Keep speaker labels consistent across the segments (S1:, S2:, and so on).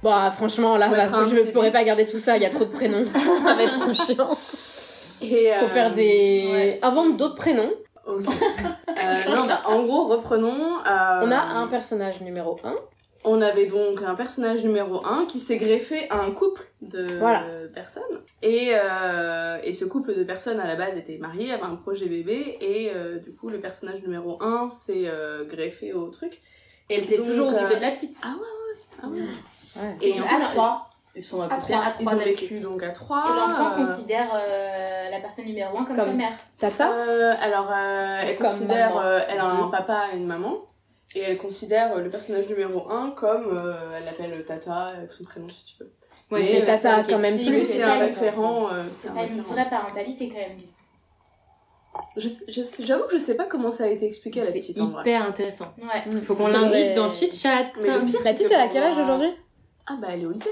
S1: Bah franchement là,
S2: Faut
S1: bah,
S2: être un
S1: je
S2: petit
S1: ne
S2: peu-
S1: pourrais pas garder tout ça, il y a trop de prénoms, ça va être trop chiant.
S2: Et,
S1: Faut
S2: euh,
S1: faire des...
S2: ouais.
S1: Invente d'autres prénoms.
S2: Ok. Euh, non, bah, en gros, reprenons. euh,
S1: On a un personnage numéro 1.
S2: On avait donc un personnage numéro 1 qui s'est greffé à un couple de
S1: Voilà.
S2: personnes. Et, euh, et ce couple de personnes, à la base, était marié, avait un projet bébé. Et euh, du coup, le personnage numéro 1 s'est euh, greffé au truc.
S1: Et elle
S2: s'est toujours occupée de
S1: la petite.
S2: Ah ouais.
S1: Et
S2: Et
S3: Et
S2: en
S3: à
S2: fait, ah.
S3: trois.
S2: Ils sont à
S3: À trois, à
S2: Ils
S3: trois
S2: ont
S3: d'habitude.
S2: vécu donc à 3.
S3: Et l'enfant considère euh, la personne numéro 1 comme,
S1: Comme-
S3: sa mère.
S1: Tata
S2: Euh, alors, euh, elle
S1: Comme
S2: considère,
S1: maman.
S2: euh, elle a un papa et une maman, et elle considère euh, le personnage numéro 1 comme, euh, elle l'appelle Tata avec son prénom si tu veux.
S1: Ouais,
S2: Mais,
S1: mais
S4: euh,
S1: Tata
S2: celle qui
S1: quand même
S2: est-
S1: plus,
S2: oui,
S3: c'est
S2: c'est un
S3: ça,
S2: référent. euh, c'est
S3: C'est
S2: un
S3: pas une
S2: référent.
S3: vraie parentalité quand même.
S2: Je sais- je sais- J'avoue que je sais pas comment ça a été expliqué à la
S4: C'est
S2: petite en
S4: hyper
S2: vrai.
S4: intéressant.
S3: Ouais.
S4: Faut qu'on
S1: C'est
S4: l'invite
S1: vrai.
S4: dans Chit Chat.
S2: Mais le pire,
S1: La
S2: c'est
S1: petite
S2: que
S1: elle a
S2: pour
S1: quel âge
S2: moi-
S1: aujourd'hui
S2: Ah bah elle est au lycée.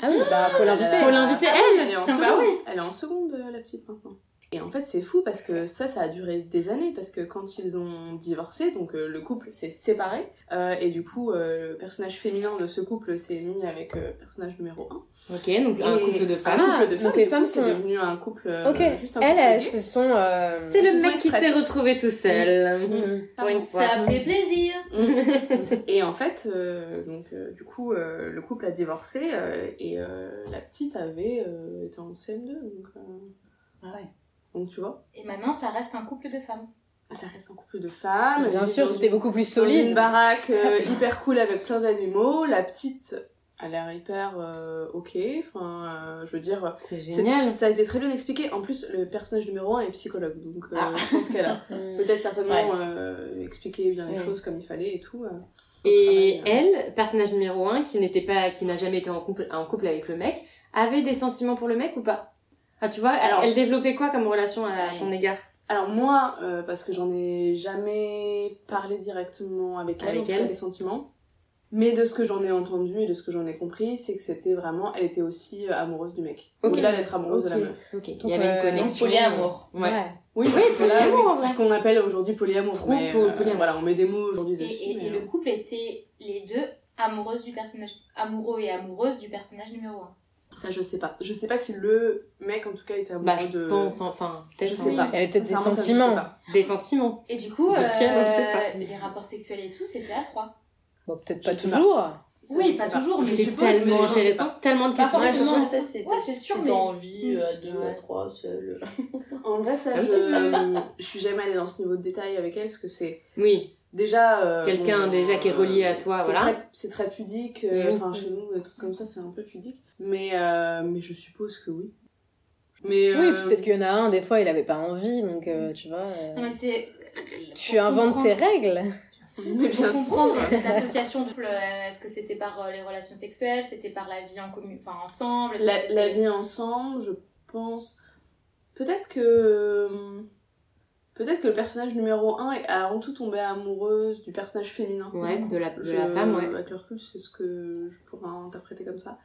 S1: Ah oui, bah faut l'inviter.
S4: Faut l'inviter,
S2: elle Elle est en
S4: Ah bah
S2: seconde,
S4: oui.
S2: elle est en seconde euh, la petite maintenant. Et en fait, c'est fou parce que ça, ça a duré des années. Parce que quand ils ont divorcé, donc euh, le couple s'est séparé. euh, et du coup, euh, le personnage féminin de ce couple s'est mis avec euh, le personnage numéro 1.
S4: Ok, donc un couple de femmes.
S2: Un couple de femmes.
S1: donc les
S2: et du
S1: femmes
S2: coup, c'est
S1: sont-
S2: devenu un couple. euh,
S1: Ok,
S2: juste un
S1: elles,
S2: couple
S1: elles
S2: gay.
S1: se sont... euh,
S4: Ah, C'est
S2: Elles
S4: le
S2: se sont
S4: mec qui
S2: extraites.
S4: s'est retrouvé tout seul.
S1: Mhm.
S4: Pour une fois.
S3: Ça fait plaisir.
S2: Et en fait, euh, donc, euh, du coup, euh, le couple a divorcé euh, et euh, la petite avait euh, été en CM2. Donc, euh, donc tu vois.
S3: Et maintenant, ça reste un couple de femmes.
S2: ça reste un couple de femmes. elles
S1: Bien
S2: vivent
S1: sûr,
S2: dans
S1: c'était
S2: une-
S1: beaucoup plus
S2: Dans une
S1: solide.
S2: baraque euh, hyper cool avec plein d'animaux. La petite a l'air hyper euh, ok. Enfin, euh, je veux dire,
S4: C'est
S2: c'est-
S4: génial.
S2: Ça a été très bien expliqué. En plus, le personnage numéro 1 est psychologue, donc euh,
S4: Ah.
S2: je pense qu'elle a
S1: Mhm.
S2: peut-être certainement
S4: Ouais.
S2: euh, expliqué bien les
S4: Oui.
S2: choses comme il fallait et tout. euh.
S4: Et
S2: travail, euh.
S4: elle, personnage numéro 1, qui n'était pas, qui n'a jamais été en couple, en couple avec le mec, avait des sentiments pour le mec ou pas Ah, tu vois,
S2: Alors-
S4: alors, elle développait quoi comme relation à
S3: Ouais.
S4: son égard
S2: Alors moi, euh, parce que j'en ai jamais parlé directement avec elle,
S4: Avec
S2: en tout
S4: elle.
S2: cas des sentiments. Mais de ce que j'en ai entendu et de ce que j'en ai compris, c'est que c'était vraiment, elle était aussi euh, amoureuse du mec.
S4: Ok.
S2: Au-delà d'être amoureuse de la
S4: Ok.
S2: meuf.
S4: Ok, il
S1: Donc,
S4: y avait
S1: euh,
S4: une connexion.
S5: polyamour.
S4: Ouais.
S2: Oui,
S4: Oui,
S2: parce que là,
S4: polyamour,
S2: oui,
S4: en
S2: c'est
S4: vrai.
S2: ce qu'on appelle aujourd'hui polyamour.
S4: Trop
S2: mais,
S4: po- polyamour.
S2: Voilà, on met des mots aujourd'hui
S3: Et,
S2: dessus.
S3: et-
S2: mais,
S3: et le couple était les deux amoureuses du personnage, amoureux et amoureuse du personnage numéro 1.
S2: euh, Ça, je sais pas. Je sais pas si le mec, en tout cas, était amoureux
S4: Bah, je
S2: de...
S4: pense, enfin,
S2: Je
S4: peut-être
S2: sais
S4: hein.
S2: pas.
S1: Il y avait peut-être des
S2: Sincèrement, ça, je sais
S1: sentiments.
S2: pas.
S4: des sentiments.
S3: Et du coup, euh,
S4: Lequel, on sait pas.
S3: les rapports sexuels et tout, c'était à 3.
S1: Bon, peut-être
S2: Je
S1: pas
S2: sais pas.
S1: toujours.
S2: Ça, je
S3: Oui,
S2: sais
S3: pas toujours, mais je
S4: C'est
S3: suppose,
S4: tellement
S3: mais j'en sais
S4: intéressant, tellement de
S5: Pas
S4: questions.
S5: forcément, ça c'est
S3: Ouais, c'est sûr,
S5: si
S3: mais- Mm.
S5: t'as envie à deux,
S2: Ouais.
S5: à trois, seul.
S2: En vrai, ça,
S4: Comme
S2: je...
S4: tu
S2: je suis jamais allée dans ce niveau de détail avec elle, parce que c'est...
S4: Oui,
S2: déjà euh,
S4: Quelqu'un, déjà, qui est relié à toi,
S2: c'est
S4: voilà.
S2: très- c'est très pudique euh,
S4: Oui.
S2: enfin chez nous des trucs comme ça c'est un peu pudique mais euh, mais je suppose que oui mais
S1: Oui,
S2: euh,
S1: peut-être qu'il y en a un, des fois, il avait pas envie, donc euh, tu vois... euh,
S3: Non, mais c'est-
S1: Tu
S3: pour
S1: inventes tes
S3: comprendre-
S1: règles.
S2: mais bien
S3: Pour
S2: sûr
S3: comprendre cette association de couple, euh, est-ce que c'était par euh, les relations sexuelles, c'était par la vie en commun, enfin ensemble,
S4: Ah,
S3: est-ce que
S2: la,
S3: c'était-
S2: la vie ensemble je pense peut-être que peut-être que le personnage numéro 1 a en tout tombé amoureuse du personnage féminin
S4: ouais, de la, de
S2: Je-
S4: la femme, ouais.
S2: Avec le recul, c'est ce que je pourrais interpréter comme ça.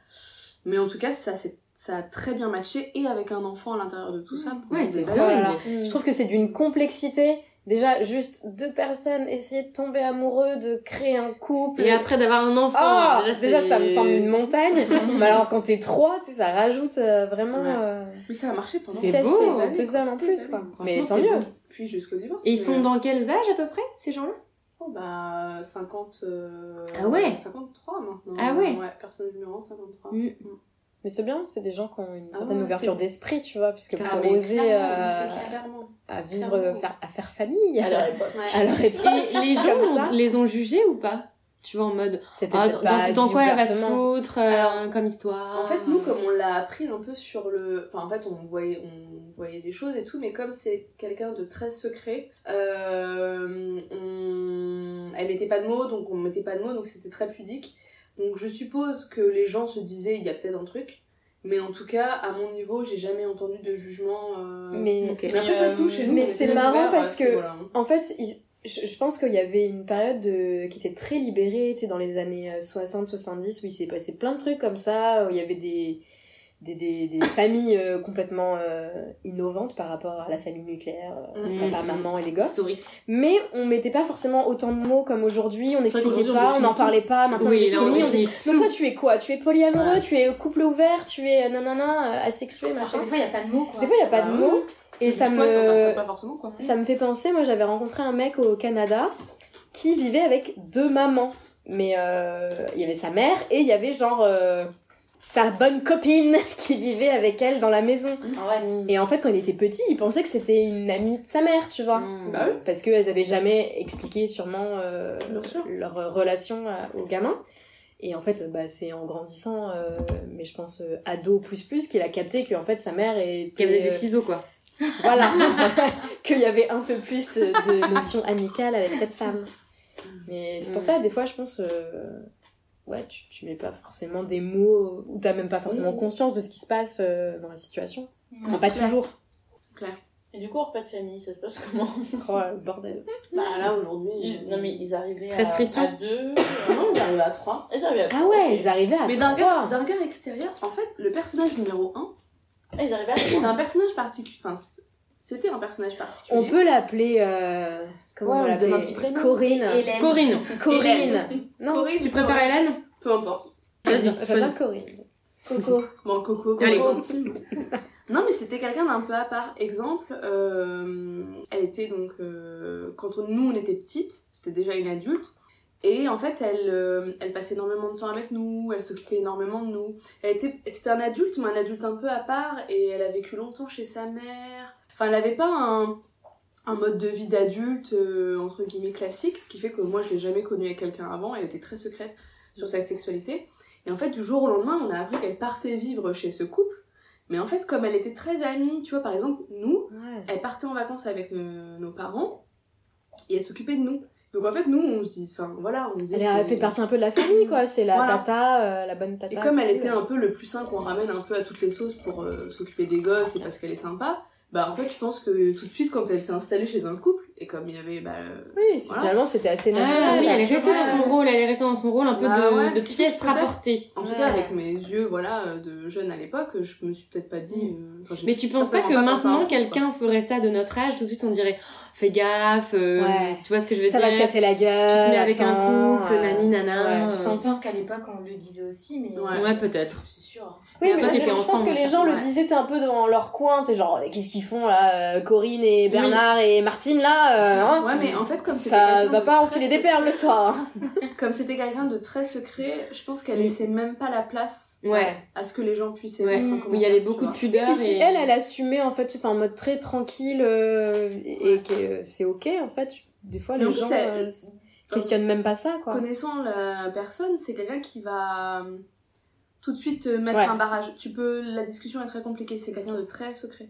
S2: Mais en tout cas, ça, c'est- ça a très bien matché et avec un enfant à l'intérieur de tout ça. pour
S4: Ouais,
S2: moi,
S4: c'est
S2: des
S4: dingue.
S1: Voilà.
S3: Hmm.
S1: Je trouve que c'est d'une complexité. Déjà, juste deux personnes essayer de tomber amoureux, de créer un couple.
S4: Et après d'avoir un enfant, euh,
S1: Ah,
S4: déjà,
S1: déjà,
S4: c'est-
S1: ça me semble une montagne. Mais alors, quand t'es trois, tu sais, ça rajoute euh, vraiment.
S4: Ouais.
S1: euh,
S2: Mais ça a marché pendant
S4: C'est
S1: pièce,
S4: beau,
S1: c'est
S4: des
S1: un
S2: années,
S1: puzzle en
S2: Des
S1: plus,
S2: années.
S1: quoi.
S4: Franchement,
S1: Mais tant
S4: c'est
S1: mieux.
S4: beau.
S2: Puis jusqu'au divorce.
S4: Et ils sont
S2: mais-
S4: dans quels âges à peu près, ces gens-là
S2: Oh, bah, 50. euh,
S4: Ah ouais
S2: 53 maintenant.
S4: Ah ouais
S2: personne numéro un, 53.
S4: Mm.
S1: Mais c'est bien, c'est des gens qui ont une
S2: Ah
S1: certaine
S2: ouais,
S1: ouverture
S2: c'est-
S1: d'esprit, tu vois, parce que
S4: Ah,
S1: pour
S4: mais
S1: oser euh,
S2: C'est clairement.
S1: à vivre, euh,
S2: clairement.
S1: faire- à faire famille
S5: À leur époque.
S1: à leur époque,
S4: Et les gens
S1: Comme
S4: ont-
S1: ça.
S4: les ont jugés ou pas Tu vois, en mode,
S1: c'était
S4: ah,
S1: peut-être
S4: dans,
S1: pas
S4: dans
S1: dit
S4: quoi elle va se
S1: ouvertement.
S4: foutre euh,
S2: Alors,
S4: comme histoire
S2: En fait, nous, comme on l'a appris un peu sur le. Enfin, en fait, on voyait, on voyait des choses et tout, mais comme c'est quelqu'un de très secret, euh, on- elle mettait pas de mots, donc on mettait pas de mots, donc c'était très pudique. Donc je suppose que les gens se disaient, il y a peut-être un truc. Mais en tout cas, à mon niveau, j'ai jamais entendu de jugement. euh,
S1: Mais
S4: ok.
S2: mais euh, après, ça te touche chez nous.
S1: mais
S2: on est
S1: c'est
S2: très
S1: marrant
S2: ouverts à
S1: parce
S2: ce
S1: que-
S2: niveau-là, hein.
S1: En fait, il- je, je pense qu'il y avait une période de- qui était très libérée, tu sais, dans les années 60-70, où il s'est passé plein de trucs comme ça, où il y avait des, des, des, des familles euh, complètement euh, innovantes par rapport à la famille nucléaire, euh,
S2: Mm.
S4: Mhm.
S1: papa, maman et les gosses.
S4: Historique.
S1: Mais on mettait pas forcément autant de mots comme aujourd'hui, on n'expliquait
S2: qu'aujourd'hui, on
S1: pas, on
S2: définit
S1: n'en parlait pas, maintenant
S4: Oui,
S1: on
S4: là, on
S1: définit, on dit
S4: définit
S1: Mais
S4: tout.
S1: toi, tu es quoi Tu es polyamoureux,
S4: Ouais.
S1: tu es couple ouvert, tu es euh, nanana, euh, asexué,
S3: Parce que
S1: machin.
S3: des fois, il n'y a pas de mots, quoi.
S1: Des fois, il n'y a pas
S2: Bah
S1: de
S2: ouais.
S1: mots. Et
S2: Juste,
S1: ça
S2: ouais,
S1: me,
S2: t'en parles pas forcément, quoi.
S1: ça me fait penser, moi j'avais rencontré un mec au Canada qui vivait avec deux mamans. Mais euh, il y avait sa mère et il y avait genre euh, sa bonne copine qui vivait avec elle dans la maison.
S4: Ah
S1: Et en fait, quand il était petit, il pensait que c'était une amie de sa mère, tu vois.
S4: Mm.
S2: Bah oui.
S1: Parce qu'elles avaient jamais expliqué sûrement euh,
S2: Bien sûr.
S1: leur relation à- au gamin. Et en fait, bah, c'est en grandissant, euh, mais je pense euh, ado plus plus, qu'il a capté que en fait sa mère était
S4: Qu'elle faisait des ciseaux, quoi.
S1: voilà, qu'il y avait un peu plus euh, de notion amicale avec cette femme. Mais c'est pour
S4: Mm.
S1: ça, des fois, je pense, euh, ouais, tu, tu mets pas forcément des mots ou t'as même pas forcément
S5: Oui.
S1: conscience de ce qui se passe euh, dans la situation.
S3: Mm.
S1: Enfin, pas toujours.
S2: C'est clair.
S5: Et du coup, au repas de famille, ça se passe comment
S1: Oh, le bordel.
S2: Bah là, aujourd'hui.
S5: Ils- Non, mais ils arrivaient à,
S4: Prescription.
S5: à deux.
S2: Ah Non, ils arrivent à 3.
S5: Ils arrivaient à
S1: Ah ouais, ils arrivaient à
S2: Mais d'un regard, d'un regard extérieur, en fait, le personnage numéro 1,
S5: Ah, ils arrivaient à
S2: c'est un personnage particulier. Enfin, c- c'était un personnage particulier.
S1: On peut l'appeler. euh, comment
S5: Ouais,
S1: on
S5: on lui donne
S1: l'appelle
S5: un petit prénom.
S1: Corinne.
S3: Hélène.
S4: euh, Corinne.
S1: Corinne. Non,
S2: Corinne,
S4: Tu préfères Hélène
S2: Peu importe.
S4: Vas-y,
S1: j'adore
S4: choisis.
S1: Corinne. Coco.
S2: Bon, Coco, Coco.
S4: Allez, go.
S2: Non, mais c'était quelqu'un d'un peu à part. Exemple, euh, elle était donc. euh, quand on- nous, on était petites, c'était déjà une adulte. Et en fait, elle, euh, elle passait énormément de temps avec nous, elle s'occupait énormément de nous. Elle était, c'était un adulte, mais un adulte un peu à part, et elle a vécu longtemps chez sa mère. Enfin, elle n'avait pas un, un mode de vie d'adulte, euh, entre guillemets, classique, ce qui fait que moi, je l'ai jamais connue avec quelqu'un avant, elle était très secrète sur sa sexualité. Et en fait, du jour au lendemain, on a appris qu'elle partait vivre chez ce couple. Mais en fait, comme elle était très amie, tu vois, par exemple, nous,
S1: Ouais.
S2: elle partait en vacances avec euh, nos parents et elle s'occupait de nous. Donc en fait, nous, on se dit, enfin voilà, on se dit.
S1: Elle
S2: c'est-
S1: a fait partie un peu de la famille, quoi. C'est la
S2: Voilà.
S1: tata, euh, la bonne tata.
S2: Et comme elle était un peu le plus sain qu'on ramène un peu à toutes les sauces pour euh, s'occuper des gosses et parce qu'elle est sympa, bah en fait, je pense que tout de suite, quand elle s'est installée chez un couple, et comme il y avait. Bah, euh,
S1: Oui, c'est-
S2: Voilà.
S1: finalement, c'était assez
S4: Ah,
S1: naturel. bah,
S4: oui, elle est
S1: Tu
S4: restée
S1: vois,
S4: dans son rôle, elle est restée dans son rôle un peu
S2: Bah
S4: de,
S2: ouais,
S4: de
S2: parce que
S4: pièce
S2: peut-être-
S4: rapportée.
S2: en tout cas,
S1: Ouais.
S2: avec mes yeux, voilà, euh, de jeune à l'époque, je me suis peut-être pas dit. euh, enfin, j'ai
S4: Mais tu penses pas
S2: certainement
S4: que
S2: pensé à un
S4: maintenant
S1: hein.
S2: couple, quoi.
S4: quelqu'un ferait ça de notre âge, tout de suite on dirait Oh, fais gaffe, euh,
S1: Ouais.
S4: tu vois ce que je veux
S1: Ça
S4: dire
S1: va se casser la
S4: Tu
S1: gueule.
S4: te mets avec un
S1: attends,
S4: couple,
S1: euh,
S4: nani nana.
S1: ouais, je
S4: euh,
S3: Je pense qu'à l'époque, on le disait aussi, mais.
S2: Ouais.
S4: Ouais, peut-être.
S3: C'est sûr.
S1: Oui,
S4: Toi,
S1: mais je
S4: t'étais
S1: pense
S4: enfant,
S1: que
S4: moi,
S1: les
S4: je
S1: gens le
S4: pense.
S1: disaient t'sais, un peu dans leur coin. T'es genre, qu'est-ce qu'ils font là euh, Corinne et Bernard et Martine là euh, hein
S2: Ouais, mais en fait, comme c'était
S1: Ça
S2: quelqu'un
S1: va
S2: de
S1: pas
S2: très
S1: enfiler des
S2: secret-
S1: perles le soir. hein.
S2: Comme c'était quelqu'un de très secret, je pense qu'elle
S4: Oui.
S2: laissait même pas la place
S4: Ouais.
S2: à ce que les gens puissent
S4: Ouais.
S2: émettre en
S4: Où il y
S2: commentaire,
S4: avait
S2: tu
S4: beaucoup de
S2: vois.
S4: pudeur.
S1: Puis si
S4: et-
S1: elle, elle assumait en fait, enfin, en mode très tranquille euh, et que euh, c'est ok en fait. Des fois,
S2: Mais en
S1: les
S2: plus,
S1: gens
S2: elle-
S1: euh, s- questionnent même pas ça quoi.
S2: Connaissant la personne, c'est quelqu'un qui va euh, tout de suite te mettre
S1: Ouais.
S2: un barrage. Tu peux, la discussion est très compliquée. C'est quelqu'un de très secret.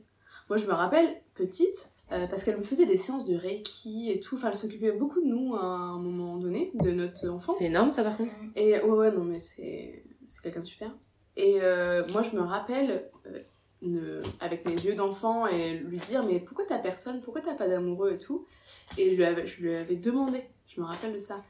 S2: Moi, je me rappelle petite, euh, parce qu'elle me faisait des séances de reiki et tout. Enfin, elle s'occupait beaucoup de nous à un moment donné, de notre enfance.
S4: C'est énorme ça par contre.
S2: Et ouais, ouais, non, mais c'est c'est quelqu'un de super. Et euh, moi, je me rappelle, euh, ne- avec mes yeux d'enfant, et lui dire Mais pourquoi t'as personne Pourquoi t'as pas d'amoureux et tout Et je lui, avais, je lui avais demandé, je me rappelle de ça.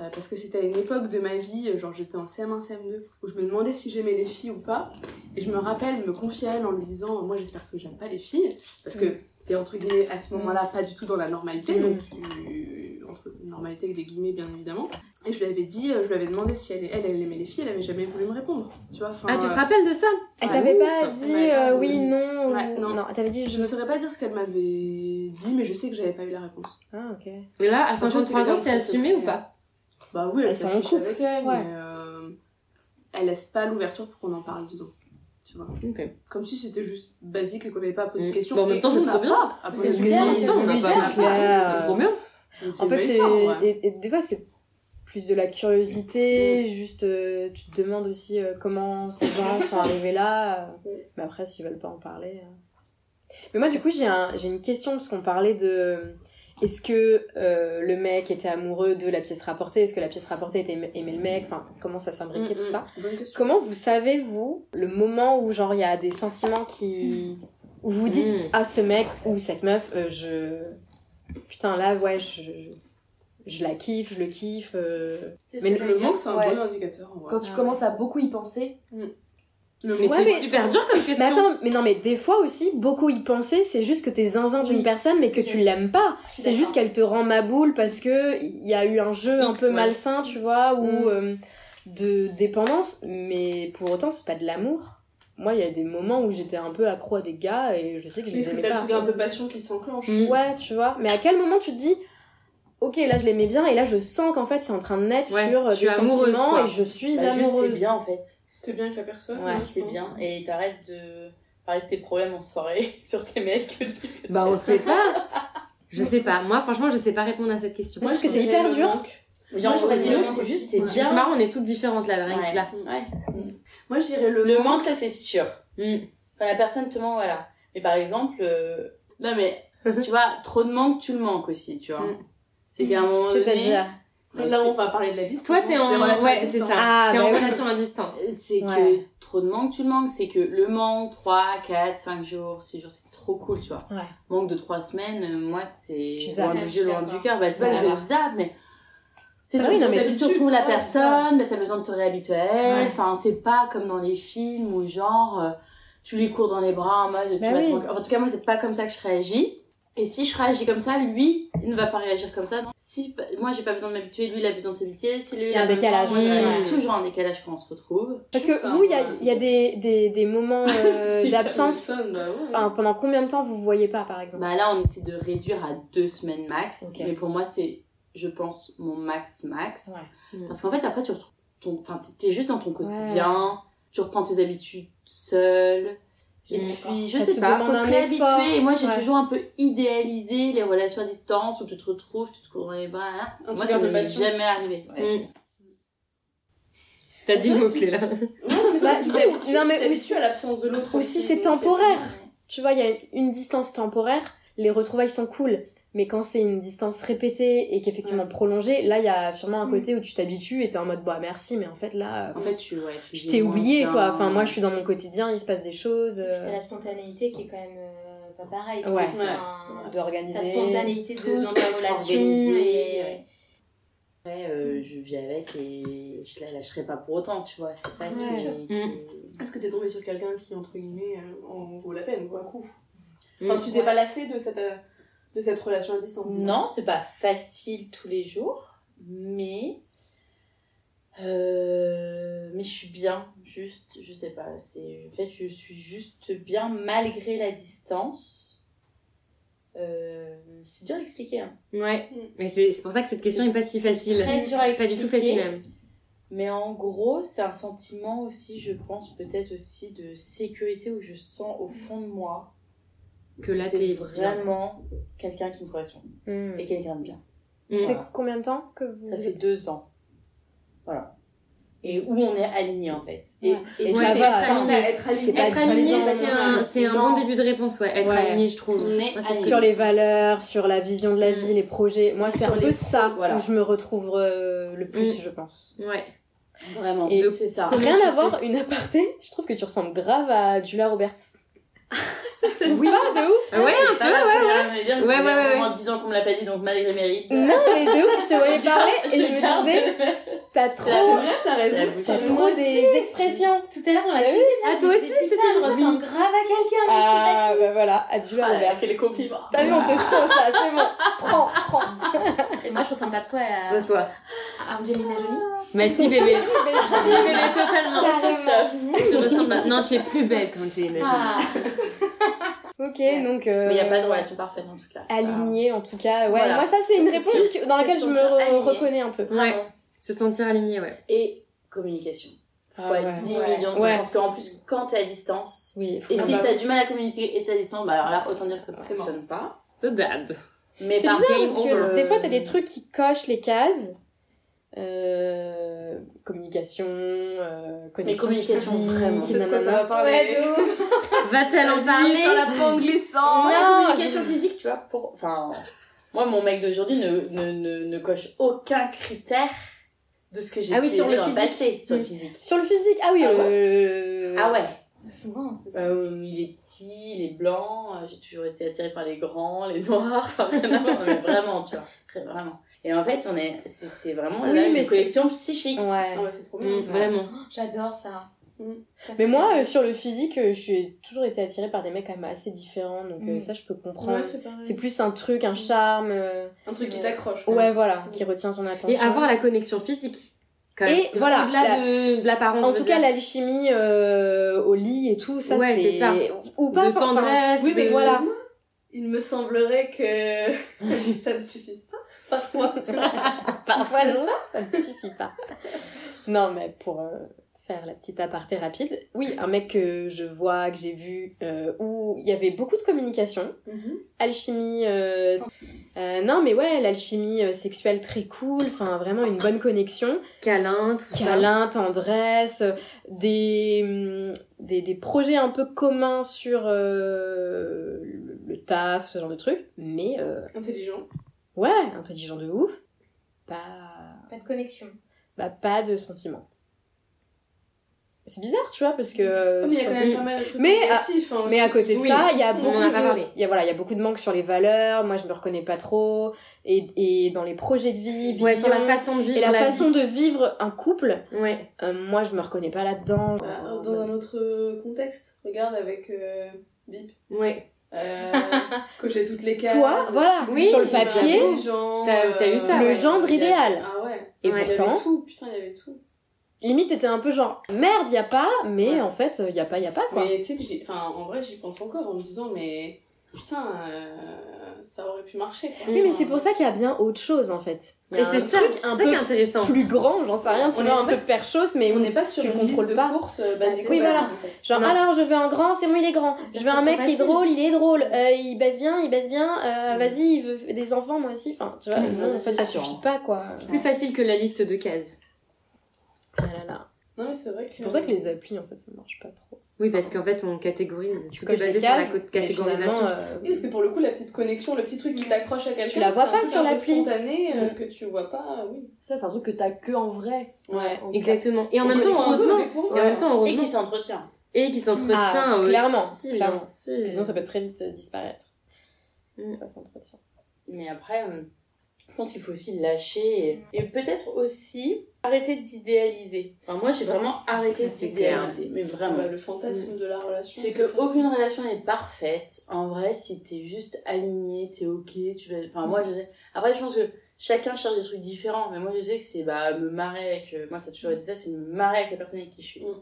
S2: Euh, parce que c'était à une époque de ma vie, euh, genre j'étais en CM1, CM2, où je me demandais si j'aimais les filles ou pas. Et je me rappelle me confier à elle en lui disant Moi, j'espère que j'aime pas les filles. Parce que t'es entre guillemets à ce moment-là pas du tout dans la normalité,
S1: Mm.
S2: donc tu- entre normalité avec des guillemets, bien évidemment. Et je lui avais dit, euh, je lui avais demandé si elle, elle, elle aimait les filles, elle avait jamais voulu me répondre. Tu vois, enfin,
S4: Ah, tu te
S2: euh,
S4: rappelles de ça
S1: Elle
S4: Ah,
S1: t'avait
S4: ouf.
S1: pas dit
S2: Ouais,
S1: euh,
S2: non.
S1: oui, non, ou-
S2: Ouais, non.
S1: non. elle t'avait dit
S2: Je
S1: je.
S2: ne saurais pas dire ce qu'elle m'avait dit, mais je sais que j'avais pas eu la réponse.
S1: Ah, ok.
S4: Et là, à
S2: Franchement,
S4: 53 ans,
S2: c'était
S4: c'est
S2: comme-
S4: assumé ou pas
S2: Bah oui,
S4: Ah,
S2: elle
S1: Elles sont en
S2: s'affiche
S1: couple.
S2: avec elle,
S1: Ouais.
S2: mais euh, elle laisse pas l'ouverture pour qu'on en parle, disons. Tu vois.
S4: Ok.
S2: Comme si c'était juste basique et qu'on n'avait pas posé de
S4: Mm.
S2: questions.
S4: Bon, en même
S2: Et
S4: temps, c'est
S2: on n'a
S4: trop bien.
S2: pas à poser
S1: C'est
S2: de
S1: clair,
S2: questions.
S4: en même temps, on n'a
S1: c'est
S4: pas à
S1: clair.
S4: faire. C'est trop bien.
S2: C'est
S1: En
S2: une
S1: fait,
S2: belle
S1: c'est.
S2: histoire, ouais.
S1: Et, et des fois, c'est plus de la curiosité, juste euh, tu te demandes aussi euh, comment ces gens sont arrivés là, euh, mais après, s'ils veulent pas en parler. euh. Mais moi, du coup, j'ai un, j'ai une question, parce qu'on parlait de. Est-ce que euh, le mec était amoureux de la pièce rapportée Est-ce que la pièce rapportée était aimait- aimait le mec Enfin, comment ça
S2: Mm,
S1: s'imbriquait, tout ça
S2: Bonne question.
S1: Comment vous savez, vous, le moment où, genre, il y a des sentiments qui. où vous dites
S4: Mm.
S1: à ce mec ou cette meuf, euh, je. Putain, là, ouais, je. Je la kiffe, je le kiffe. euh.
S3: C'est ce
S1: Mais
S3: que
S1: le
S3: j'allais
S2: Le manque,
S3: dire. Ah
S2: c'est un
S6: Ouais.
S2: bon indicateur. en vrai.
S6: Quand tu commences à beaucoup y penser,
S2: Le
S4: Mais
S2: manque,
S1: Ouais,
S4: c'est
S1: mais-
S4: super dur comme
S1: Mais
S4: question.
S1: attends, mais non, mais des fois aussi, beaucoup y penser, c'est juste que t'es zinzin d'une
S6: Oui.
S1: personne, mais que tu l'aimes pas.
S3: Ah,
S6: je suis
S1: C'est juste qu'elle te rend ma boule parce que il y a eu un jeu un
S4: X,
S1: peu
S4: ouais.
S1: malsain, tu vois, ou
S4: Mm.
S1: euh, de dépendance, mais pour autant, c'est pas de l'amour. Moi, il y a des moments où j'étais un peu accro à des gars et je sais que je
S2: Est-ce
S1: les
S2: que
S1: aimais
S2: t'as le
S1: pas.
S2: truc un peu passion qui s'enclenche
S4: Mm.
S1: Ouais, tu vois. Mais à quel moment tu te dis, ok, là je l'aimais bien et là je sens qu'en fait c'est en train de naître
S4: Ouais,
S1: sur euh,
S4: je suis
S1: des
S4: amoureuse,
S1: sentiments
S4: quoi.
S1: et je suis
S5: Bah, juste t'es
S1: amoureuse.
S5: bien en fait.
S2: T'es bien avec la personne
S1: Ouais.
S2: je
S5: Juste t'es
S2: pense.
S5: bien et t'arrêtes de parler de tes problèmes en soirée sur tes mecs. aussi.
S4: Bah on sait pas. Je sais pas. Moi franchement je sais pas répondre à cette question.
S1: Moi, je
S4: C'est
S1: trouve que c'est hyper
S2: Le
S1: dur.
S2: manque.
S5: Genre,
S6: Moi, j'aurais
S5: vraiment,
S6: dit
S2: le manque
S5: t'es
S2: aussi.
S5: juste t'es
S2: Ouais.
S5: bien.
S4: marrant on est toutes différentes là, rien que
S5: Ouais.
S4: là.
S5: Ouais.
S6: Moi, je dirais le,
S5: Le
S6: manque.
S5: manque, ça c'est sûr.
S4: Mm.
S5: Enfin, la personne te manque, voilà. Mais par exemple, euh, non mais, tu vois, trop de manque, tu le manques aussi, tu vois.
S4: Mm.
S5: C'est qu'à un moment donné.
S1: C'est-à-dire
S5: Bah,
S2: Là,
S5: c'est-
S2: on va parler de la distance.
S4: Toi t'es
S2: des
S4: en
S2: relations à
S4: ouais c'est
S2: distance.
S4: ça.
S1: Ah,
S4: t'es
S1: bah
S4: en
S1: oui.
S4: relation à distance.
S1: Ouais.
S5: C'est que trop de manque, tu le manques. C'est que le manque, 3, 4, 5 jours, 6 jours, c'est trop cool, tu vois.
S1: Ouais.
S5: Manque de 3 semaines, euh, moi, c'est
S1: Tu zappes.
S5: loin
S3: Ouais,
S5: du
S3: je
S5: jeu,
S3: suis
S5: loin du
S3: d'accord.
S5: cœur. Bah, c'est pas
S1: Ouais.
S5: que je zappe, mais. Tu
S1: Bah
S5: sais, tu
S1: oui, non,
S5: retrouves-
S1: mais
S5: t'habites- tu
S1: t'es
S5: retrouves la
S1: dessus. Ouais, c'est ça.
S5: personne, bah, t'as besoin de te réhabituer à elle.
S1: Ouais.
S5: Enfin, c'est pas comme dans les films où, genre, euh, tu les cours dans les bras en mode, tu
S1: Bah
S5: vas te
S1: oui.
S5: manquer. En tout cas, moi, c'est pas comme ça que je réagis. Et si je réagis comme ça, lui, il ne va pas réagir comme ça. Donc, si moi, j'ai pas besoin de m'habituer, lui, il a besoin de s'habituer. Si lui,
S1: Il y a un
S5: besoin-
S1: décalage.
S5: Ouais, il y a
S1: Ouais.
S5: Toujours un décalage quand on se retrouve.
S1: Parce
S2: Je
S1: que
S2: trouve ça,
S1: vous, il y a,
S2: ouais.
S1: il y a des, des, des moments euh,
S2: C'est
S1: d'absence.
S2: hyper personne, bah ouais.
S1: Enfin, pendant combien de temps vous vous voyez pas, par exemple
S5: Bah là, on essaie de réduire à deux semaines max.
S1: Mm. Ok.
S5: Mais pour moi, c'est, je pense, mon max max.
S4: Ouais.
S5: Parce qu'en fait, après, tu retrouves ton, enfin, t'es- t'es juste dans ton quotidien. Tu reprends tes habitudes seule. Et
S3: Mm.
S5: puis, je
S1: Ça te
S5: sais pas,
S1: demande
S5: faut se
S1: un
S5: réhabituer.
S1: effort.
S5: Et moi, j'ai
S1: Ouais.
S5: toujours un peu idéalisé les relations à distance où tu te retrouves, tu te cours dans les bras. hein.
S2: Un
S5: Moi,
S2: truc
S5: ça
S2: de
S5: m'est
S2: passion.
S5: jamais arrivé.
S4: T'as dit le mot clé là.
S2: Ouais, mais
S1: Bah,
S2: c'est-
S1: si,
S2: c'est-
S1: ou- non, mais
S2: t'es
S1: ou
S2: habitué
S1: si-
S2: à l'absence de l'autre.
S1: Ou si c'est temporaire. Tu vois, il y a une distance temporaire, les retrouvailles sont cool. Mais quand c'est une distance répétée et qu'effectivement prolongée, là, il y a sûrement un côté où tu t'habitues et t'es en mode, bah merci, mais en fait, là, euh,
S5: En fait, tu, ouais, tu
S1: je
S5: vis
S1: t'ai
S5: moins
S1: oublié,
S5: bien.
S1: quoi. Enfin, moi, je suis dans mon quotidien, il se passe des choses.
S3: Puis t'as
S1: euh,
S3: la spontanéité qui est quand même euh, pas pareil.
S1: Ouais.
S3: c'est
S2: Ouais,
S3: un-
S2: c'est vrai.
S3: Ta
S1: euh, d'organiser.
S3: spontanéité de-
S5: Tout
S3: dans ta
S5: est
S3: relation.
S5: organisé,
S3: et-
S5: ouais. Après, euh, je vis avec et je la lâcherai pas pour autant, tu vois. C'est ça qui-
S1: Ouais.
S5: qui-
S2: Est-ce que t'es tombé sur quelqu'un qui, entre guillemets, euh, en vaut la peine, ou un coup
S1: Mm.
S2: Enfin, tu t'es pas lassé de cette, euh, de cette relation à distance disons.
S5: Non, c'est pas facile tous les jours, mais. euh, mais je suis bien, juste, je sais pas, c'est. En fait, je suis juste bien malgré la distance. Euh, c'est dur à expliquer, hein.
S4: Ouais. Mais c'est c'est pour ça que cette question est pas si facile.
S5: Très dur à
S4: Pas
S5: expliquer.
S4: du tout facile même.
S5: Mais en gros, c'est un sentiment aussi, je pense, peut-être aussi de sécurité où je sens au fond de moi
S4: Que là
S5: que c'est
S4: t'es bien.
S5: vraiment quelqu'un qui me correspond
S1: Hmm.
S5: et quelqu'un de bien.
S1: Ça fait
S5: Voilà.
S1: combien de temps que vous.
S5: Mm. Ça fait deux ans. Voilà. Et où on est aligné en fait. Et,
S1: Ouais.
S5: et
S1: Et
S5: tout
S4: ça
S5: est
S4: va,
S5: sain.
S4: ça-
S2: Être aligné.
S1: pas
S4: Être aligné,
S1: dix ans,
S4: c'est un, c'est un bon début de réponse, ouais. Mm. Être
S1: Ouais.
S4: aligné, je trouve.
S5: On est
S4: Moi, c'est ce que
S1: sur
S4: je
S1: les
S4: pense.
S1: valeurs, sur la vision de la vie, les projets. Moi, c'est
S5: Mm. Sur
S1: un
S5: les
S1: peu
S5: pro-
S1: ça
S5: voilà.
S1: où je me retrouve euh, le plus, je pense.
S4: Ouais.
S5: Vraiment.
S1: Et
S5: Donc Ah, c'est ça.
S1: Rien à voir, une aparté, je trouve que tu ressembles grave à Julia Roberts. oui, pas de ouf
S4: Ah Ouais, un peu, ouais.
S5: ouais, ouais.
S4: Ouais, ouais, ouais,
S5: En 10 ans qu'on me l'a pas dit, donc malgré mes rides.
S1: Non, mais de ouf, je te voyais parler et je me
S5: garde-
S1: disais, t'as
S5: C'est la
S1: trop,
S5: seule-
S2: T'as
S5: la
S2: raison.
S5: bouche.
S1: t'as trop des expressions.
S3: Tout à l'heure dans la
S1: Ah oui.
S3: cuisine, là,
S4: Ah,
S3: je
S4: toi
S3: me
S4: aussi,
S3: disais,
S4: tu t'es
S3: putain, je
S4: dit-
S3: ressemble grave à quelqu'un, mais je sais pas
S1: Ah, bah voilà, à Julia
S5: Ah là là,
S1: Roberts.
S5: Quel compliment.
S1: T'as vu, on te sauce, ça, c'est bon. Prends, prends.
S3: Et moi, je ressemble pas trop à,
S4: De soi.
S3: à Angelina Jolie.
S4: Mais si, bébé. si, bébé, totalement.
S1: Carrément.
S4: Tu ressembles maintenant, tu es plus belle quand tu es une jeune.
S5: Ah.
S1: Ok, donc. euh,
S5: Mais il n'y a pas de relation parfaite en tout cas. Ça-
S1: Alignée, en tout cas. Ouais,
S5: Voilà.
S1: moi, ça, c'est une
S5: Ça, c'est
S1: réponse
S5: sûr.
S1: que- dans
S5: C'est
S1: laquelle
S5: de
S1: je me
S5: sentir
S1: re-
S5: alignée.
S1: reconnais un peu.
S4: Ouais. Se sentir aligné, ouais.
S5: Et communication. Faut
S1: Ah
S5: être
S1: ouais.
S5: 10
S3: Ouais.
S5: millions.
S1: Ouais.
S5: Je pense qu'en plus, quand t'es à distance,
S1: Oui,
S5: et
S1: faut-
S5: si
S1: Ah bah,
S5: t'as du mal à communiquer et t'es à distance, bah alors là, autant dire que ça ne
S2: C'est mort.
S5: fonctionne pas.
S4: So dad.
S5: Mais
S1: C'est
S5: par
S1: bizarre
S5: game
S1: parce que
S5: over.
S1: des fois, t'as des trucs qui cochent les cases. Euh, communication, euh, connexion
S5: communication,
S1: physique,
S5: vraiment.
S2: C'est de quoi
S1: nanana.
S2: ça va parler
S4: Va-t-elle en
S2: Vas-y, Sur
S4: parler
S2: la pente glissante.
S5: Non,
S1: Non,
S5: la communication
S1: je-
S5: physique, tu vois, pour. Enfin, Moi, mon mec d'aujourd'hui ne, ne, ne, ne coche aucun critère de ce que j'ai
S1: Ah oui,
S5: pu
S1: sur
S5: aimer
S1: le
S5: dans
S1: physique.
S5: passé, sur le
S1: Mm.
S5: physique.
S1: Sur le physique, ah oui,
S5: Ah ouais.
S1: euh,
S5: Ah ouais
S3: Souvent, c'est ça.
S5: Euh, il est petit, il est blanc, euh, j'ai toujours été attirée par les grands, les noirs, enfin, rien à voir, mais vraiment, tu vois, très- vraiment. Et en fait, on est, c'est, c'est vraiment
S1: Oui,
S5: là,
S1: mais
S5: une
S1: c'est-
S5: collection psychique.
S1: Ouais.
S2: Ah bah, c'est trop bien.
S4: Mm, Vraiment.
S3: J'adore ça.
S2: Mm.
S3: Ça fait
S1: Mais moi, euh,
S3: plaisir.
S1: sur le physique, euh, je suis toujours été attirée par des mecs quand même assez différents, donc euh,
S3: Mm.
S1: ça, je peux comprendre.
S2: Ouais, c'est pareil.
S1: c'est plus un truc, un charme, euh,
S2: Un truc qui t'accroche.
S1: ouais, voilà, qui retient ton attention.
S4: Et avoir la connexion physique. Quand même.
S1: Et voilà,
S4: Au-delà
S1: la-
S4: de, de l'apparence.
S1: En
S4: je
S1: tout
S4: veux
S1: cas,
S4: dire.
S1: l'alchimie euh, au lit et tout, ça,
S4: Ouais,
S1: c'est
S4: c'est ça.
S1: Ou pas
S4: de tendresse.
S1: oui, mais
S4: de-
S1: voilà.
S2: Il me semblerait que ça ne suffise pas. Parfois.
S1: Parfois, non, ça ne suffit pas. Non, mais pour euh, faire la petite aparté rapide, oui, un mec que je vois, que j'ai vu, euh, où il y avait beaucoup de communication, alchimie. euh, euh, non, mais ouais, l'alchimie euh, sexuelle très cool, enfin vraiment une bonne connexion.
S4: Câlin, tout ça.
S1: Câlin, tendresse, euh, des, hum, des, des projets un peu communs sur euh, le, le taf, ce genre de truc. Mais euh,
S2: Intelligent.
S1: ouais, intelligent de ouf. Pas
S3: Pas de connexion.
S1: bah, pas de sentiment. C'est bizarre, tu vois, parce que.
S2: Ah,
S1: euh,
S2: mais il y a
S1: sur-
S2: quand même pas mal de trucs
S1: Mais à-
S2: négatifs. hein,
S1: Mais à
S2: aussi.
S1: côté de
S4: Oui,
S1: ça, il y a
S4: on en
S1: beaucoup
S4: a pas parlé.
S1: de, il y a, voilà, il y a beaucoup de manques sur les valeurs. Moi, je me reconnais pas trop. Et, et dans les projets de vie,
S4: Ouais,
S1: vision,
S4: sur la façon de vivre.
S1: et la, façon
S4: vie.
S1: de vivre un couple,
S4: Ouais.
S1: euh, moi, je me reconnais pas là-dedans. Euh,
S2: Ah, Dans un autre euh, contexte. Regarde avec euh, Bip.
S4: Ouais.
S2: Euh, cocher toutes les cases.
S1: Toi, voilà,
S4: Oui,
S1: sur le
S4: bah,
S1: papier,
S2: intelligent,
S4: T'as- t'as eu ça,
S1: le
S4: ouais.
S1: gendre
S2: il y avait-
S1: idéal.
S2: Ah ouais.
S1: Et
S4: Ouais.
S2: Il y
S1: pourtant,
S2: avait tout. Putain, il y avait tout.
S1: limite, t'étais un peu genre merde, y a pas, mais
S2: Ouais.
S1: en fait, euh, y a pas, y a pas quoi.
S2: Mais tu sais que j'ai. Enfin, en vrai, j'y pense encore en me disant, mais. Putain, euh, ça aurait pu marcher. quoi.
S1: Oui, mais c'est pour ça qu'il y a bien autre chose en fait. Il y a
S4: Et
S1: un
S4: c'est ça,
S1: truc
S4: c'est
S1: un
S4: ça
S1: peu
S4: qui est intéressant.
S1: plus grand, j'en sais rien, tu
S2: On
S1: vois,
S2: est
S1: un peu perchose, mais
S2: on n'est pas sur
S1: tu
S2: une
S1: contrôles
S2: liste de
S1: pas. Ah,
S2: courses euh, basée
S3: c'est
S1: Oui,
S2: comme ça,
S1: voilà.
S2: en fait.
S1: Genre,
S4: Non.
S1: alors je veux un grand, c'est moi il est grand.
S3: Ça,
S1: Je
S3: c'est
S1: veux un
S3: trop
S1: mec qui est
S3: facile.
S1: drôle, il est drôle. Euh, il baisse bien, il baisse bien. Euh, Vas-y, il veut des enfants, moi aussi. Enfin, tu vois,
S5: Mm,
S1: non, en
S5: c'est
S1: fait, ça
S5: sûr.
S1: suffit pas quoi.
S4: Plus facile que la liste de cases.
S1: Ah là là.
S2: Non, mais c'est vrai que
S1: C'est pour ça que les applis en fait ça marche pas trop.
S4: Oui, parce qu'en fait, on catégorise. Tu
S1: coches
S4: t'es basé
S1: des
S4: sur la
S1: cases,
S4: co-
S1: mais
S4: catégorisation.
S1: finalement, euh,
S2: Oui, parce que pour le coup, la petite connexion, le petit truc qui t'accroche à quelqu'un,
S1: Tu la vois
S2: c'est
S1: pas
S2: un truc
S1: sur
S2: un peu
S1: l'appli. Mm.
S2: spontané euh, que tu vois pas, oui.
S6: Ça, c'est un truc que t'as que en vrai.
S2: Ouais.
S6: En-
S4: Exactement. Et en
S2: On
S4: même temps,
S2: connaît un peu
S4: heureusement.
S2: des points,
S4: Et en même temps,
S5: Et
S4: heureusement.
S5: qui s'entretient.
S4: Et qui s'entretient
S1: Ah,
S4: aussi,
S1: clairement,
S4: bien
S1: clairement.
S4: sûr.
S1: parce que sinon ça peut très vite euh, disparaître.
S4: Mm.
S1: Ça s'entretient.
S5: Mais après, euh, je pense qu'il faut aussi lâcher et, et peut-être aussi arrêter d'idéaliser. Enfin, moi, j'ai vraiment arrêté
S4: Ah, c'est
S5: d'idéaliser, mais
S2: Ah
S5: vraiment.
S2: bah, le
S1: Mm.
S2: fantasme de la relation.
S5: C'est que aucune relation n'est parfaite. En vrai, si t'es juste aligné, t'es ok, tu vas. Enfin, moi, je sais. Après, je pense que chacun cherche des trucs différents. Mais moi, je sais que c'est bah, me marrer avec. euh, Moi, ça a toujours été ça, c'est me marrer avec la personne avec qui je suis. Donc,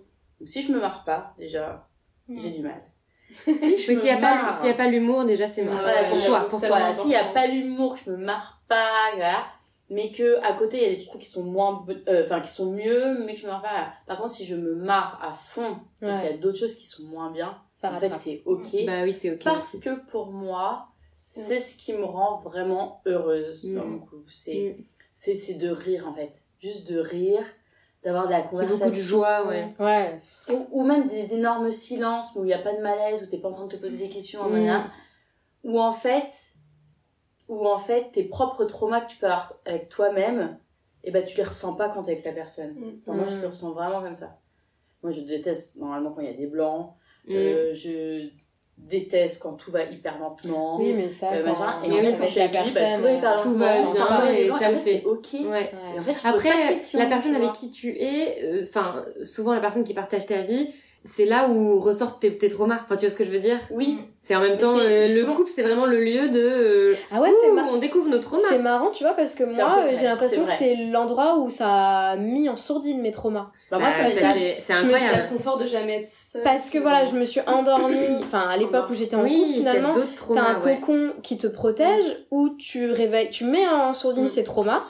S5: si je me marre pas, déjà,
S3: Mm.
S5: j'ai du mal. si je
S4: Oui,
S5: me
S4: s'il n'y a pas,
S5: marre-
S4: s'il y a pas l'humour, déjà, c'est marrant.
S5: voilà,
S4: pour
S5: si
S4: toi,
S5: j'avoue,
S4: pour
S5: c'est
S4: toi.
S5: voilà, s'il n'y a pas l'humour, que je me marre pas, voilà, mais que à côté il y a des trucs qui sont moins, be- euh, enfin qui sont mieux, mais que je me marre pas. voilà. Par contre, si je me marre à fond, et qu'il y a d'autres choses qui sont moins bien,
S1: Ça
S5: en fait
S1: rattrape.
S5: c'est ok,
S4: Bah oui, c'est ok.
S5: parce que pour moi, c'est ce qui me rend vraiment heureuse dans
S4: Mm.
S5: mon couple. C'est c'est c'est de rire en fait, juste de rire, d'avoir de la
S4: Il y a
S5: conversation,
S4: beaucoup de joie, ouais.
S1: Ouais.
S5: ou, ou même des énormes silences où il n'y a pas de malaise, où t'es pas en train de te poser des questions,
S4: Mm.
S5: nanana. ou en fait, ou en fait, tes propres traumas que tu peux avoir avec toi-même, et ben tu les ressens pas quand t'es avec la personne.
S2: Mm.
S5: Enfin, moi, je
S1: Mm.
S5: le ressens vraiment comme ça. Moi, je déteste normalement quand il y a des blancs.
S4: Mm.
S5: euh, je déteste quand tout va hyper lentement.
S1: Oui, mais ça.
S5: euh, machin.
S1: quand-
S5: Et
S4: Mais
S5: en
S4: oui,
S5: fait,
S4: quand
S5: quand
S1: avec
S5: je suis avec lui, bah, tout va hyper lentement.
S4: tout va
S5: on
S4: bien,
S5: s'en va,
S4: et
S5: et en
S4: ça
S5: fait,
S4: le fait.
S5: c'est ok.
S4: Ouais.
S1: euh, Ouais.
S5: Et en fait, tu poses pas de
S4: Après,
S5: questions,
S4: la
S5: tu
S4: personne
S5: vois.
S4: avec qui tu es, euh, enfin, souvent la personne qui partage ta vie, c'est là où ressortent tes, tes traumas. Enfin, tu vois ce que je veux dire
S5: Oui,
S4: C'est en même temps,
S5: C'est-
S4: euh, le
S5: justement-
S4: couple, c'est vraiment le lieu de.
S1: Ah ouais,
S4: Ouh,
S1: c'est marrant.
S4: on découvre nos traumas.
S1: C'est marrant, tu vois, parce que
S5: C'est un
S1: moi,
S5: peu
S1: euh,
S5: vrai,
S1: j'ai l'impression
S5: c'est
S1: que
S5: vrai.
S1: c'est l'endroit où ça a mis en sourdine mes traumas.
S5: bah, moi,
S4: Ah,
S5: ça me
S4: ça,
S5: lâche.
S4: c'est- c'est
S2: Je me dis, ça
S4: incroyable.
S2: le confort de jamais être seule.
S1: Parce que voilà, je me suis endormie, enfin à l'époque où j'étais en couple
S4: Oui, t'as
S1: finalement,
S4: d'autres
S1: t'as un
S4: traumas, ouais.
S1: cocon qui te protège où tu réveilles, tu mets en sourdine
S4: Mm.
S1: ces traumas.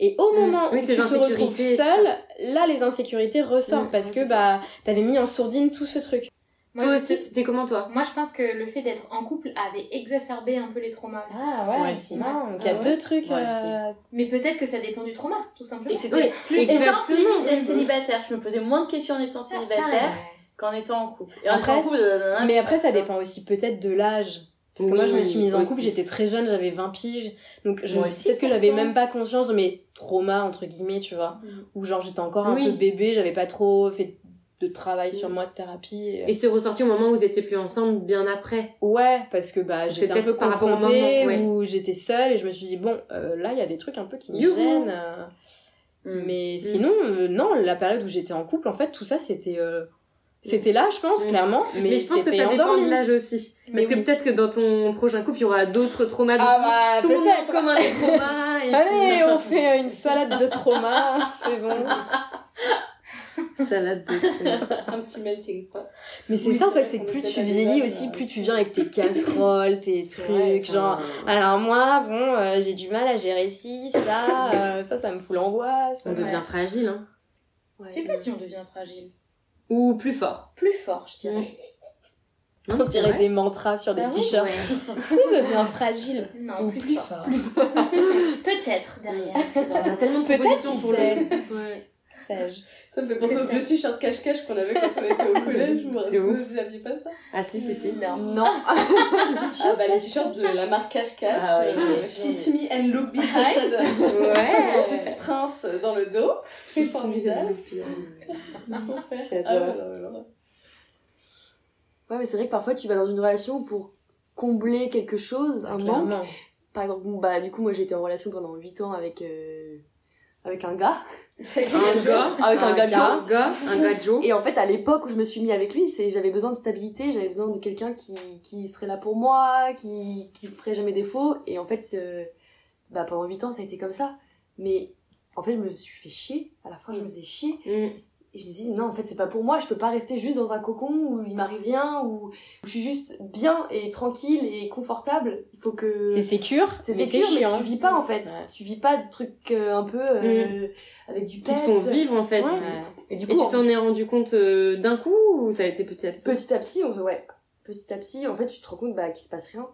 S1: Et au
S4: Mm.
S1: moment
S4: Oui,
S1: où tu
S4: ces
S1: te
S4: insécurités,
S1: retrouves
S4: tout ça.
S1: seule, là les insécurités ressortent
S4: Mm,
S1: parce
S4: c'est
S1: que bah t'avais mis en sourdine tout ce truc.
S3: Moi,
S4: Toi
S3: je sais-
S4: aussi, t'étais comment toi
S3: Moi, je pense que le fait d'être en couple avait exacerbé un peu les traumas aussi.
S4: Ah,
S1: ouais,
S5: Moi aussi.
S1: marrant. Donc il y a
S5: Ah ouais.
S1: deux trucs.
S5: Moi
S1: euh,
S3: Mais peut-être que ça dépend du trauma, tout simplement.
S5: Et c'était
S4: Oui, Mm.
S5: plus simple limite d'être célibataire. Je me posais moins de questions en étant
S3: Pareil.
S4: Ah.
S5: célibataire qu'en étant en couple. Et en
S1: Après,
S5: étant en couple, euh, nanana,
S1: Mais
S5: tu
S1: après
S5: vois,
S1: ça
S5: tu vois.
S1: dépend aussi peut-être de l'âge. Parce que moi,
S4: Oui,
S1: je me suis mise en
S4: aussi.
S1: couple, j'étais très jeune, j'avais 20 piges. Donc, je,
S5: Moi aussi,
S1: peut-être que j'avais
S5: pourtant.
S1: même pas conscience de mes traumas, entre guillemets, tu vois. Ou genre, j'étais encore un
S4: Mm. Oui. Mm.
S1: peu bébé, j'avais pas trop fait de travail sur moi, de thérapie. et-
S4: Et c'est ressorti au moment où vous étiez plus ensemble, bien après.
S1: Ouais, parce que bah,
S4: C'est
S1: j'étais un
S4: peut-être
S1: peu
S4: par rapport au
S1: confrontée,
S4: moment, ouais.
S1: ou j'étais seule, et je me suis dit, bon, euh, là, il y a des trucs un peu qui me
S4: Youhou.
S1: gênent. euh.
S5: Mm.
S1: Mais sinon, euh, non, la période où j'étais en couple, en fait, tout ça, c'était... euh, C'était là, je pense,
S4: Mm.
S1: clairement. Mais,
S4: Mais, je pense que
S1: c'était
S4: ça dépend
S1: endormi.
S4: de l'âge aussi.
S1: Mais
S4: Parce que
S1: oui.
S4: peut-être que dans ton prochain couple, il y aura d'autres traumas. d'autres-
S1: Ah bah,
S4: tout le monde
S1: peut-être.
S4: a comme un trauma. et
S1: Allez, on fait euh, une salade de trauma, c'est bon.
S4: puis... Salade de trauma.
S2: Un petit melting pot.
S1: Mais c'est
S2: Oui,
S1: ça en
S2: c'est
S1: fait,
S2: vrai
S1: c'est que
S2: qu'on
S1: plus
S2: était
S1: tu
S2: pas des
S1: vieillis
S2: hommes,
S1: aussi,
S2: euh,
S1: plus tu viens avec tes casseroles, tes
S2: C'est
S1: trucs,
S2: vrai, ça-
S1: genre. Alors moi, bon, euh, j'ai du mal à gérer ci, ça, euh, ça, ça me fout l'angoisse.
S4: On devient fragile, hein.
S3: Je sais pas si on devient fragile.
S4: Ou plus fort.
S3: Plus fort, je dirais.
S4: Non,
S1: On
S4: mais c'est
S1: dirait
S4: vrai.
S1: des mantras sur des
S3: Bah oui,
S1: t-shirts. Est-ce qu'on devient fragile
S3: Non,
S5: Ou
S3: plus,
S5: plus
S3: fort. Peut-être derrière.
S4: On a tellement de
S1: Peut-être
S4: propositions
S1: qui
S4: pour
S1: sait,
S4: le... Ouais.
S1: sage.
S2: Ça me fait penser
S3: Que
S2: au
S3: ça-
S2: vieux t-shirt cache-cache qu'on avait quand on était au collège. Vous
S4: De ouf.
S2: vous aviez pas ça
S4: Ah si, si, si.
S3: Non.
S6: Non.
S2: Ah bah, les t-shirts de la marque cache-cache.
S5: Ah ouais,
S2: euh,
S5: il est
S2: Kiss me and look behind.
S1: Ouais.
S2: Un petit prince dans le dos. C'est formidable. ah
S1: J'adore.
S6: Ouais, mais c'est vrai que parfois tu vas dans une relation pour combler quelque chose, un manque.
S1: Clairement.
S6: Par exemple, bon, bah du coup moi j'étais en relation pendant 8 ans avec euh, avec un gars,
S4: Un gars.
S6: avec un, gars, de
S4: Un gars. Un gars Joe.
S6: Et en fait, à l'époque où je me suis mis avec lui, c'est j'avais besoin de stabilité, j'avais besoin de quelqu'un qui, qui serait là pour moi, qui qui me ferait jamais défaut. Et en fait, euh, bah pendant 8 ans, ça a été comme ça. Mais en fait, je me suis fait chier. À la fin, je me faisais chier.
S4: Mm.
S6: Et je me dis non, en fait, c'est pas pour moi. Je peux pas rester juste dans un cocon où il m'arrive rien, où je suis juste bien et tranquille et confortable. Il faut que
S1: C'est sécure,
S6: c'est
S1: mais
S6: sécure, mais
S1: chiant.
S6: tu vis pas en fait.
S1: Ouais.
S6: Tu vis pas de trucs euh, un peu euh, avec du
S4: Mm. Qui te
S6: peps.
S4: font vivre en fait.
S6: Ouais. Et du
S4: Et
S6: coup,
S4: tu
S6: en-
S4: t'en es rendu compte euh, d'un coup ou ça a été petit à petit
S6: petit à petit, on- ouais, petit à petit, en fait, tu te rends compte bah, qu'il se passe rien.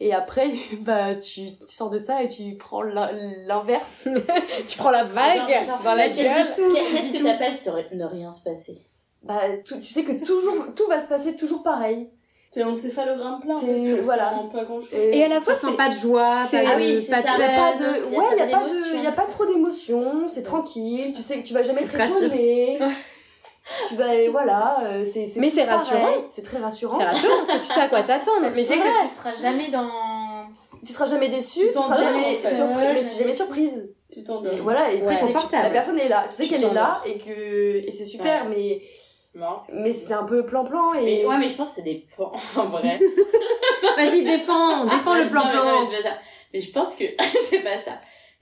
S6: Et après, bah, tu, tu sors de ça et tu prends l'in- l'inverse.
S1: Tu prends la vague
S5: Genre, genre,
S1: dans la
S5: genre,
S1: gueule.
S5: Qu'est-ce que t'appelles se- ne rien se passer
S6: Bah, tout- tu sais que toujours, tout va se passer toujours pareil.
S2: T'es en céphalogramme plein. en
S6: T'es-
S2: fait, tu ressens
S6: voilà.
S2: un peu à grand chose.
S1: Et à la
S4: Tu
S1: fois,
S4: ressens
S1: c'est
S4: pas de joie,
S1: c'est-
S4: pas de,
S1: Ah
S5: oui, c'est
S4: pas
S5: ça.
S4: de
S6: y a
S4: peine.
S6: pas de,
S5: y a
S6: ouais,
S5: pas
S6: y a pas
S5: d'émotion.
S6: de, y a pas trop d'émotions, c'est tranquille, tu sais que tu vas jamais être
S4: Rassure.
S6: étonné. tu vas, voilà, euh, c'est, c'est
S1: Mais
S6: tout
S1: c'est
S6: pareil.
S1: rassurant.
S6: C'est très rassurant.
S1: C'est rassurant parce que tu sais à quoi t'attendre.
S3: Mais tu sais que tu seras jamais dans.
S6: Tu seras jamais déçu,
S2: Tu
S6: tu
S2: t'en
S6: seras jamais,
S2: démerdes, en fait.
S6: surprise,
S3: Ouais,
S6: mais c'est jamais surprise.
S2: Tu t'en
S6: Et
S2: donnes.
S6: voilà, et tu
S1: Ouais.
S6: sais que tu-
S4: Confortable.
S6: la personne est là, tu sais
S1: Tu
S6: qu'elle est là et que et c'est super, mais
S2: Marrant, c'est
S6: mais c'est un peu plan plan et
S5: mais, Ouais, mais je pense que c'est des plans, en vrai.
S4: Vas-y, défends, défends le
S5: Ah, Non, mais non,
S4: plan-plan.
S5: mais c'est pas ça. Mais je pense que c'est pas ça.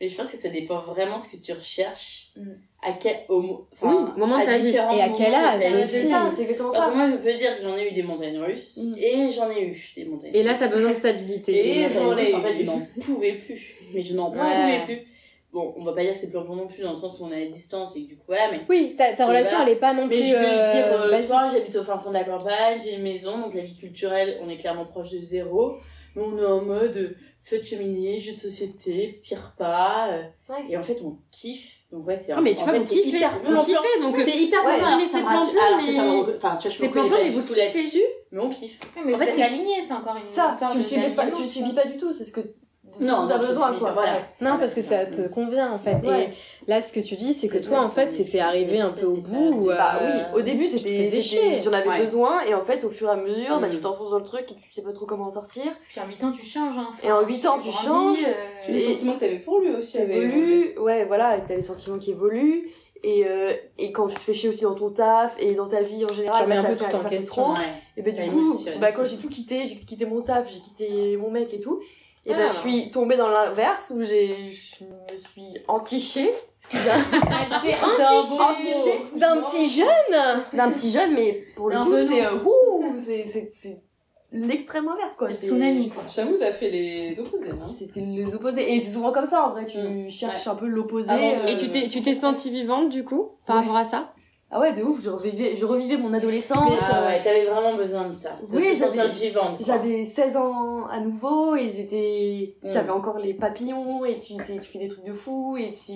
S5: Mais je pense que ça dépend vraiment ce que tu recherches.
S3: Mm.
S5: À quel au mo-
S4: Oui, moment de ta vie.
S5: différents
S1: Et à quel
S5: moments
S1: âge
S5: de ta
S6: Ouais,
S5: vie.
S6: c'est ça, c'est exactement
S5: Parce
S6: ça.
S5: que moi, je peux dire que j'en ai eu des montagnes russes
S6: Mm.
S5: et j'en ai eu des montagnes.
S4: Et là, t'as
S5: russes.
S4: besoin de stabilité.
S5: Et
S2: Et j'en
S5: j'en
S2: ai
S5: En
S2: eu.
S5: fait, je n'en pouvais plus. Mais je n'en
S1: Ouais.
S5: pouvais plus. Bon, on va pas dire que c'est plan plan non plus dans le sens où on est à distance et que du coup voilà, mais.
S1: Oui, ta, ta
S5: C'est
S1: relation,
S5: là.
S1: elle est pas non plus.
S5: Mais je veux
S1: euh,
S5: dire, euh,
S4: bah,
S1: basique.
S5: tu vois, j'habite au fin fond de la campagne, j'ai une maison, donc la vie culturelle, on est clairement proche de zéro. Mais on est en mode euh, feu de cheminée, jeux de société, petits repas. euh,
S6: Ouais.
S5: Et en fait, on kiffe. Donc ouais, c'est
S4: Non, Ah, mais tu
S5: en
S4: vois,
S5: fait,
S4: vous
S5: c'est
S4: kiffez,
S5: hyper
S4: vous
S5: plan-plan.
S4: kiffez, donc... euh,
S5: C'est hyper
S4: Ouais,
S5: plan-plan.
S4: mais
S5: Ça
S4: c'est
S5: me rassure-
S4: plan-plan,
S5: alors que ça me
S4: mais-
S5: reconna- Enfin, tu vois, je
S4: C'est
S5: me reconnais
S4: plan-plan,
S5: pas
S4: mais
S5: du
S4: vous
S5: tout
S4: kiffez.
S5: là-dessus, mais on kiffe.
S3: Oui, Mais
S5: En
S3: vous
S5: fait,
S3: êtes
S5: c'est-
S3: alignés, c'est encore une
S6: Ça,
S3: histoire
S6: tu
S3: de hein.
S6: le subis pas,
S3: d'alignement.
S6: tu le subis pas du tout, c'est ce que
S5: Non,
S6: t'as
S5: non, je
S6: besoin
S5: suis-
S6: quoi.
S5: Voilà.
S1: Non, parce que ça te convient en fait.
S6: Ouais.
S1: Et là, ce que tu dis, c'est que
S5: C'est
S1: toi,
S5: ça,
S1: en fait,
S5: c'est-
S1: t'étais arrivé un peu au
S5: c'est-
S1: bout. ou,
S6: Bah
S1: euh,
S6: oui, au début c'était
S1: faisais
S6: c'était-
S1: chier.
S6: j'en avais
S5: Ouais.
S6: besoin et en fait au fur et à mesure bah,
S5: Mm.
S6: tu t'enfonces dans le truc et tu sais pas trop comment en sortir.
S3: Puis en 8 ans, tu changes. hein.
S6: Et en
S3: Enfin,
S6: huit ans, tu
S3: grandis,
S6: changes.
S3: euh,
S2: Les
S6: Et-
S2: sentiments que t'avais pour lui aussi
S6: qui
S2: avaient
S6: évolue, ouais, voilà, et t'as les sentiments qui évoluent, et, euh, et quand tu te fais chier aussi dans ton taf et dans ta vie en
S1: Tu
S6: général,
S1: remets
S6: bah,
S1: un peu
S6: ça, fait,
S1: tout en
S6: ça fait
S1: question,
S6: trop.
S5: Ouais.
S6: Et ben
S5: Ça
S6: du coup,
S5: émotionne.
S6: bah, quand j'ai tout quitté, j'ai quitté mon taf, j'ai quitté mon mec et tout, et
S1: Ah,
S6: ben
S1: alors.
S6: je suis tombée dans l'inverse où j'ai, je me suis entichée
S3: C'est
S1: C'est un beau
S3: anti-chic.
S1: d'un petit jeune
S6: d'un petit jeune, mais pour le
S3: D'un
S6: coup,
S3: velours.
S6: c'est, euh, ouh, c'est, c'est, c'est l'extrême inverse quoi.
S3: C'est tsunami, quoi.
S2: J'avoue, t'as fait les opposés. Hein.
S6: C'était les opposés, et c'est souvent comme ça en vrai, tu
S2: Mm.
S6: cherches un peu l'opposé. euh.
S2: Avant de-
S4: Et tu t'es- tu t'es sentie vivante, du coup, par
S6: Ouais.
S4: rapport à ça
S6: Ah ouais, de ouf, je revivais, je revivais mon adolescence.
S5: Ah
S6: euh,
S5: ouais, t'avais vraiment besoin de ça. De
S6: Oui,
S5: te sentir
S6: j'avais-
S5: vivante. quoi.
S6: J'avais 16 ans à nouveau et j'étais.
S5: Mm.
S6: T'avais encore les papillons et tu, t'es- tu fais des trucs de fou et tu.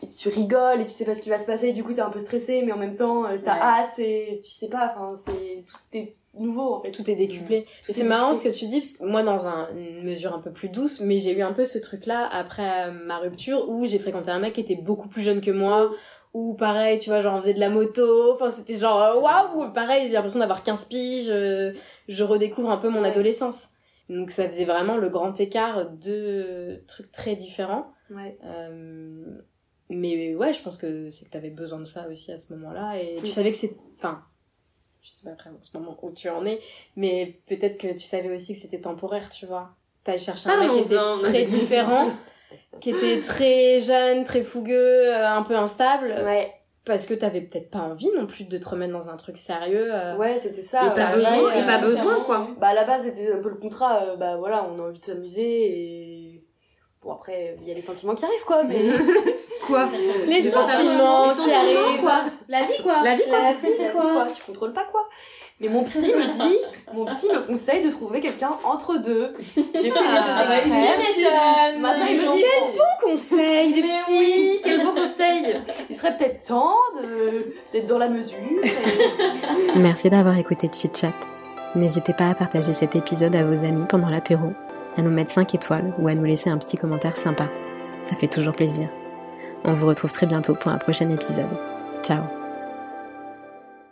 S6: et tu rigoles et tu sais pas ce qui va se passer, et du coup t'es un peu stressé, mais en même temps euh, t'as
S5: Ouais.
S6: hâte et tu sais pas, enfin c'est tout est nouveau en fait.
S1: Mmh. Tout est décuplé. Et c'est marrant ce que tu dis, parce que moi, dans un- une mesure un peu plus douce, mais j'ai eu un peu ce truc-là après euh, ma rupture où j'ai fréquenté un mec qui était beaucoup plus jeune que moi, ou pareil, tu vois, genre on faisait de la moto, enfin c'était genre euh, waouh, pareil, j'ai l'impression d'avoir 15 piges, euh, je redécouvre un peu mon adolescence. Donc ça faisait vraiment le grand écart, deux trucs très différents.
S6: Ouais.
S1: Euh, mais ouais, je pense que c'est que t'avais besoin de ça aussi à ce moment-là, et tu savais que c'est. Enfin, je sais pas vraiment ce moment où tu en es. Mais peut-être que tu savais aussi que c'était temporaire, tu vois. T'as cherché un mec qui
S4: Parlons-en.
S1: était très différent, qui était très jeune, très fougueux, euh, un peu instable,
S6: Ouais,
S1: parce que t'avais peut-être pas envie non plus de te remettre dans un truc sérieux. euh.
S6: ouais c'était ça.
S4: Et
S6: ouais.
S4: pas
S6: Ouais,
S4: besoin,
S6: ouais.
S4: et pas
S3: euh,
S4: besoin
S3: sûrement,
S4: quoi.
S6: Bah à la base c'était un peu le contrat, euh, bah voilà, on a envie de s'amuser et bon après il y a les sentiments qui arrivent quoi, mais
S4: Quoi
S1: Les
S4: Les
S1: sentiments
S4: sentiments, les
S1: qui
S4: sentiments,
S1: arrivent.
S4: quoi.
S3: La vie, quoi.
S4: La vie quoi.
S6: la vie quoi, tu contrôles pas quoi. Mais mon psy me dit, mon psy me conseille de trouver quelqu'un entre deux. J'ai fait les deux
S3: Ah, bah,
S6: extrêmes.
S3: Maintenant,
S6: il
S3: ils
S6: me
S3: ont-
S6: dit
S1: Conseil du
S6: Mais
S1: psy
S6: oui, quel beau conseil Il serait peut-être temps de- d'être dans la mesure.
S7: Merci d'avoir écouté Chit Chat. N'hésitez pas à partager cet épisode à vos amis pendant l'apéro, à nous mettre 5 étoiles ou à nous laisser un petit commentaire sympa. Ça fait toujours plaisir. On vous retrouve très bientôt pour un prochain épisode. Ciao